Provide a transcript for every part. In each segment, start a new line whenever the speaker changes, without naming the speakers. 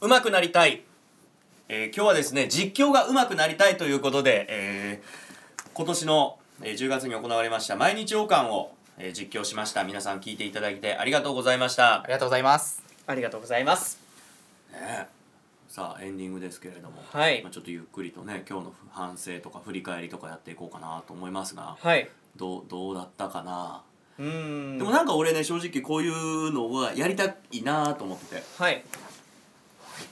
上手くなりたい、えー今日はですね実況が上手くなりたいということで、えー今年のえー10月に行われました毎日王冠を、えー実況しました皆さん聞いていただいてありがとうございました
あ、りがとうございます
ありがとうございます
ねさあエンディングですけれども、
はい
まあ、ちょっとゆっくりとね今日の反省とか振り返りとかやっていこうかなと思いますが、
はい
どうどうだったかな、
うーん
でもなんか俺ね正直こういうのはやりたいなと思ってて
はい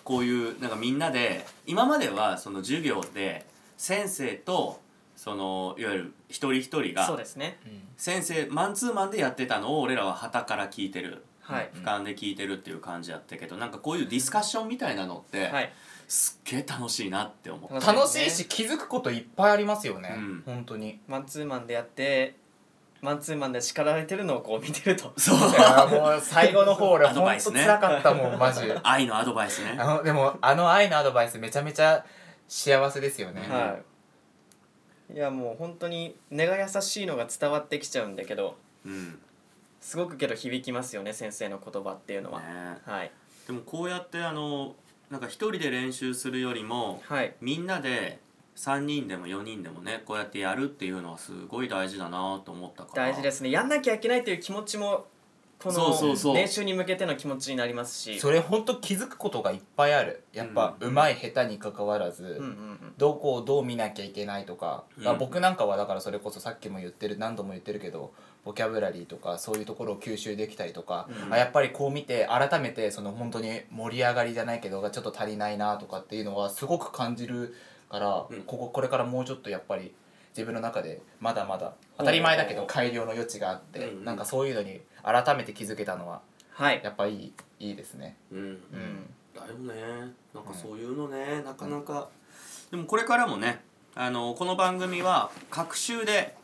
こういうなんかみんなで今まではその授業で先生とそのいわゆる一人一人
そ
が
うですね
先生マンツーマンでやってたのを俺らは旗から聞いてる
はい
俯瞰で聞いてるっていう感じやったけどなんかこういうディスカッションみたいなのって
はい
すっげえ楽しいなって思う
楽
楽しいし気づくこといっぱいありますよね、
うん
本当に
マンツーマンでやってマンツーマンで叱られてるのをこう見てると
そう
いやもう最後の方俺
アド
ほ
バ
ん
イ
と
スね
つらかったもんマ ジあ
愛のアドバイスね
のでもあの愛のアドバイスめちゃめちゃ幸せですよね、
はいいやもう本当に根が優しいのが伝わってき ちゃうんだけど
うんね
すごくけど響きますよね先生の言葉っていうのは、はい
でもこうやってあのなんか一人で練習するよりも
はい
みんなで3人でも4人でもねこうやってやるっていうのはすごい大事だなと思ったから
大事ですすねやんなきゃいけないという気持ちもこ
そうそうそう
の練習に向けての気持ちになりますし
それほんと気づくことがいっぱいあるやっぱ
うん
うまい下手にかかわらず、
うんうんうん
どこをどう見なきゃいけないとか、
うん
まあ僕なんかはだからそれこそさっきも言ってる何度も言ってるけどボキャブラリーとかそういうところを吸収できたりとか、
うん
あやっぱりこう見て改めてその本当に盛り上がりじゃないけどがちょっと足りないなとかっていうのはすごく感じるから、
うん
こここれからもうちょっとやっぱり自分の中でまだまだ当たり前だけど改良の余地があって、
うん
なんかそういうのに改めて気づけたのは
はい
やっぱいいいいですね。
うん
う
うんん
だよねなんかそういうのね、なかなかでもこれからもねあのこの番組は各週で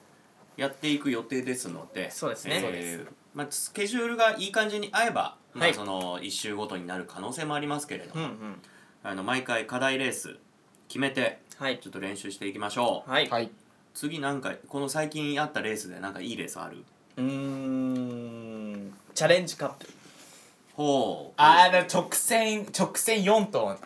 やっていく予定ですので
そうですね
えー
そうで
まあ、スケジュールがいい感じに合えば、ま
は
あ、
い
その1週ごとになる可能性もありますけれど
う
も、
んうん
あの毎回課題レース決めて
はい
ちょっと練習していきましょう、
はい
はい、
次なんかこの最近あったレースでなんかいいレースある
うーんチャレンジカップ
ほう
あの直線直線4トン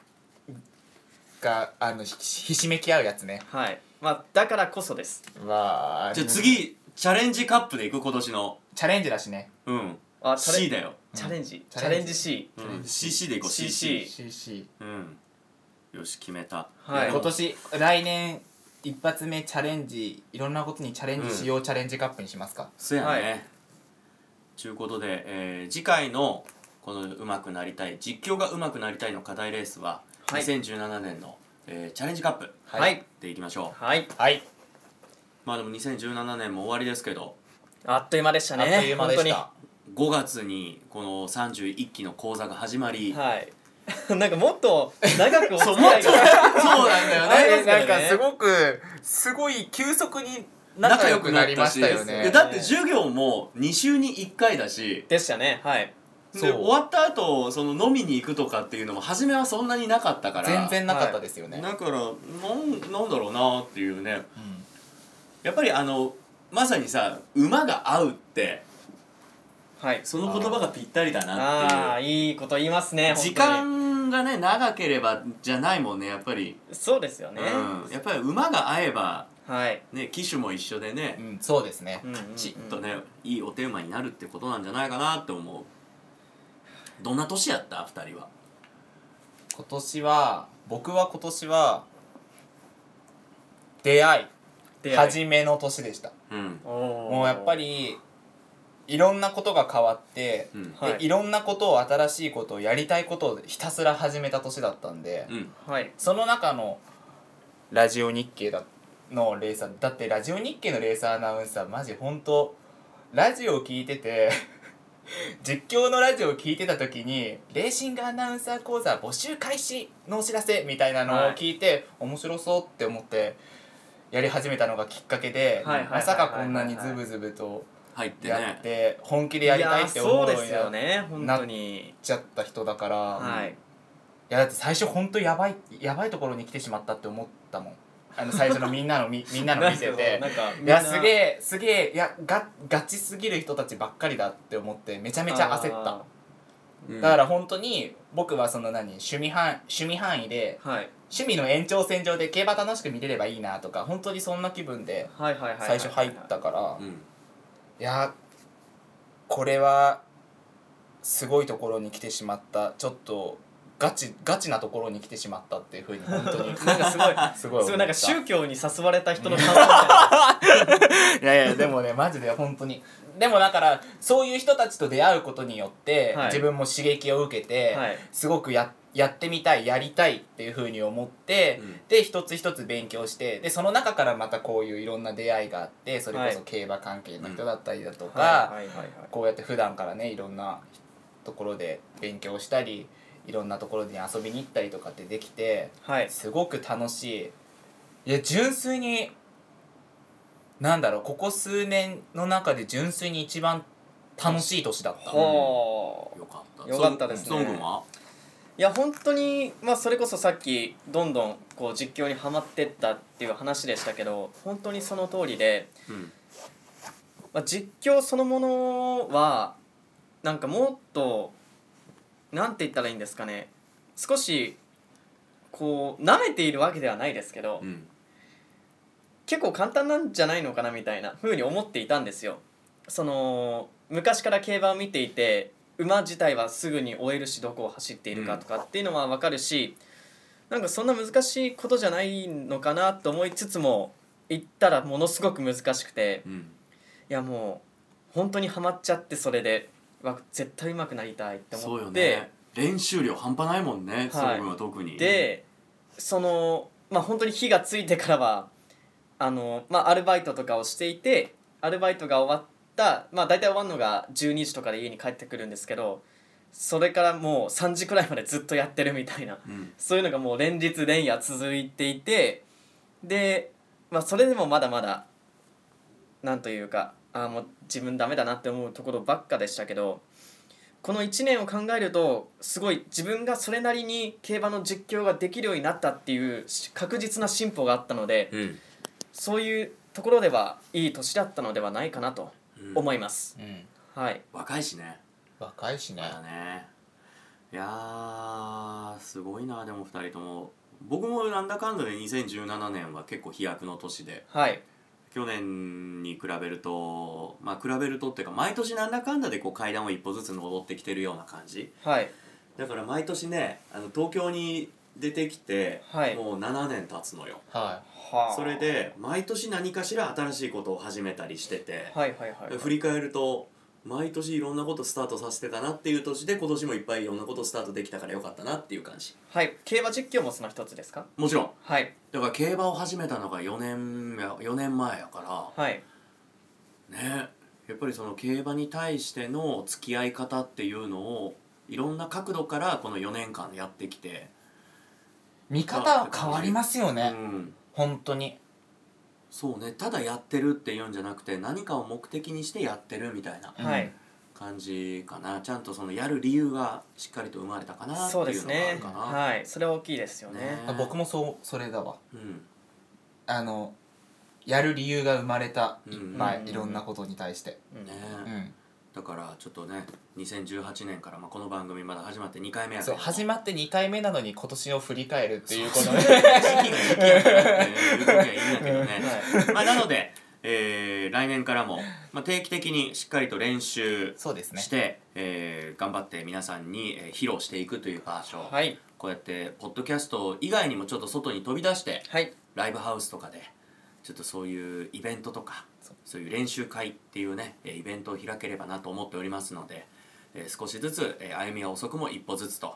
があのひひしめき合うやつね
はいまあだからこそです
わあ
じゃあ次チャレンジカップでいく今年の
チャレンジだしね
うん
あチャレン
C だよ、
チャレンジ
チ
チ
ャ
ャ
レ
レ
ン
ン
ジ
ジ C
う
チャレン
ん、
ジ
CC でいこう
CC
CC
うんよし決めた、
はい
や
今年来年一発目チャレンジいろんなことにチャレンジしよう、チャレンジカップにしますか
そうやね、
は
ちゅうことで、えー次回のこのうまくなりたい実況がうまくなりたいの課題レースは、
はい
2017年の、えーチャレンジカップ
はい
はい
でいきましょう
はい
はい
まあでも2017年も終わりですけど
あっという間でした
あ
ね
っという間でし
本
た
5月にこの31期の講座が始まり、
当にはい なんかもっと長くお付き合いが
そうなんだよ
ありますよね
ごくすごい急速に
仲良くなりました
よね
いやだって授業も2週に1回だし
でしたねはい
で
そう
終わった後その飲みに行くとかっていうのも初めはそんなになかったから
全然なかったですよね、
だからなんなんだろうなっていうね
うん
やっぱりあのまさにさ馬が合うって
はい
その言葉がぴったりだなって
ああ
いう
いいこと言いますね本当に
時間がね長ければじゃないもんねやっぱり、
そうですよね、
うん、やっぱり馬が合えば
はい、
ね機種も一緒でね、
うん、そうですね、
うんうんうん
ちっとね、いいおテーマになるってことなんじゃないかなって思うどんな年やった二人は
今年は僕は今年は出会い
で
初めの年でした
うん
も
もうやっぱりいろんなことが変わって、
うん
で
はい
いろんなことを新しいことをやりたいことをひたすら始めた年だったんで、
うん
はい
その中のラジオ日経だのレーサーだってラジオ日経のレーサーアナウンサーマジ本当ラジオを聞いてて 実況のラジオを聞いてた時に「レーシングアナウンサー講座募集開始!」のお知らせみたいなのを聞いて、面白そうって思ってやり始めたのがきっかけで
はいはいはいはいはい
まさかこんなにズブズブと
入って
やっ
ね
て本気でやりたいって思う
や
よう
そうで
に
すよ
なっ
ね本当に
ちゃった人だから、
はいい
やだって最初本当やばいやばいところに来てしまったって思ったもんあの最初のみんなのみ みんなの見てて
なんか
いやすげ
え
えすげえいやがガチすぎる人たちばっかりだって思ってめちゃめちゃ焦った
うん
だから本当に僕はその何趣味範趣味範囲で
はい
趣味の延長線上で競馬楽しく見れればいいなとか本当にそんな気分で
はいはいはいはい
最初入ったから
うん
いやこれはすごいところに来てしまったちょっとガチガチなところに来てしまったっていうふうに本 当に
なんかすご
すごい思
い
った
すごいなんか宗教に誘われた人の感想みたいない
やいやでもねマジで本当にでもだからそういう人たちと出会うことによって、
はい
自分も刺激を受けて、
はい
すごくややってみたいやりたいっていうふうに思って、
うん
で一つ一つ勉強してでその中からまたこういういろんな出会いがあってそれこそ
はい
競馬関係の人だったりだとか、
はいはいはいはい
こうやって普段からねいろんなところで勉強したりいろんなところに遊びに行ったりとかってできて
はい
すごく楽しいいや純粋になんだろうここ数年の中で純粋に一番楽しい年だった
ほう
よかった
よかったですね
ソン君はい
や本当にまあそれこそさっきどんどんこう実況にはまってったっていう話でしたけど本当にその通りで、
うん
まあ、実況そのものはなんかもっとなんて言ったらいいんですかね少しこう舐めているわけではないですけど、
うん
結構簡単なんじゃないのかなみたいな風に思っていたんですよその昔から競馬を見ていて馬自体はすぐに追えるしどこを走っているかとかっていうのは分かるし、なんかそんな難しいことじゃないのかなと思いつつも行ったらものすごく難しくて
うん
いやもう本当にはまっちゃってそれでわ絶対上手くなりたいって思って
そうよね練習量半端ないもんねソン君は特に
でそのまあ本当に火がついてからはあの、まあ、アルバイトとかをしていてアルバイトが終わった、まあ、大体終わるのが12時とかで家に帰ってくるんですけどそれからもう3時くらいまでずっとやってるみたいな
うん
そういうのがもう連日連夜続いていてで、まあ、それでもまだまだなんというかあーもう自分ダメだなって思うところばっかでしたけどこの1年を考えるとすごい自分がそれなりに競馬の実況ができるようになったっていうし確実な進歩があったので
うん
そういうところではいい年だったのではないかなと思います。
うん
はい、
若いしね
若いしね
まだねいやーすごいなでも2人とも僕もなんだかんだで2017年は結構飛躍の年で
はい、
去年に比べるとまあ比べるとっていうか毎年なんだかんだでこう階段を一歩ずつ登ってきてるような感じ
はい、
だから毎年ねあの東京に出てきて、
はい
もう7年経つのよ
は
はあ
それで毎年何かしら新しいことを始めたりしてて、
はいはいはい、
振り返ると毎年いろんなことスタートさせてたなっていう年で今年もいっぱいいろんなことスタートできたからよかったなっていう感じ
はい、競馬実況もその一つですか
もちろん
はい
だから競馬を始めたのが4年や4年前やか
はい
らねやっぱりその競馬に対しての付き合い方っていうのをいろんな角度からこの4年間やってきて、
見方は変わりますよ
う
ね、
ん、
本当に
そうねただやってるっていうんじゃなくて何かを目的にしてやってるみたいな
うん
はい
感じかなちゃんとそのやる理由がしっかりと生まれたかなって
そうで
いう
す
のがある
ね
かな。
はいそれは大きいですよね
ね
あ僕もそうそれだわ
うん
あのやる理由が生まれたいっぱ
うん
いいろんなことに対して
うん
ね
うん
だからちょっとね2018年から、まあ、この番組まだ始まって2回目や
そう始
ま
まって2回目なのに今年を振り返るっていうこ の
時期が時期やからっていう時はいいんだけどね、まあ、なので、えー来年からも、まあ、定期的にしっかりと練習
そうですね
して、えー頑張って皆さんに、えー披露していくという場所、
はいはい
こうやってポッドキャスト以外にもちょっと外に飛び出して
はい
ライブハウスとかでちょっとそういうイベントとかそういう練習会っていうねえーイベントを開ければなと思っておりますので、えー少しずつ、えー歩みは遅くも一歩ずつと、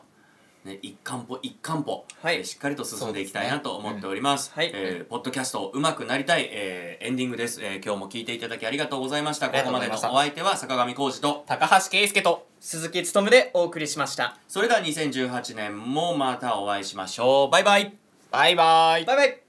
ね、一貫歩一貫歩、
はい
えーしっかりと進んでいきたいなと思っております
そうですねうんはい
えーポッドキャストをうまくなりたい、えーエンディングです、えー今日も聞いていただきありがとうございました
り
こ
が
こと
う
ま
ござ
で
い
の
ま
お相
した
手は坂上浩二と
高橋圭介と
鈴木努でお送りしました
それでは2018年もまたお会いしましょうバイバイ
バイバイ
バイバイ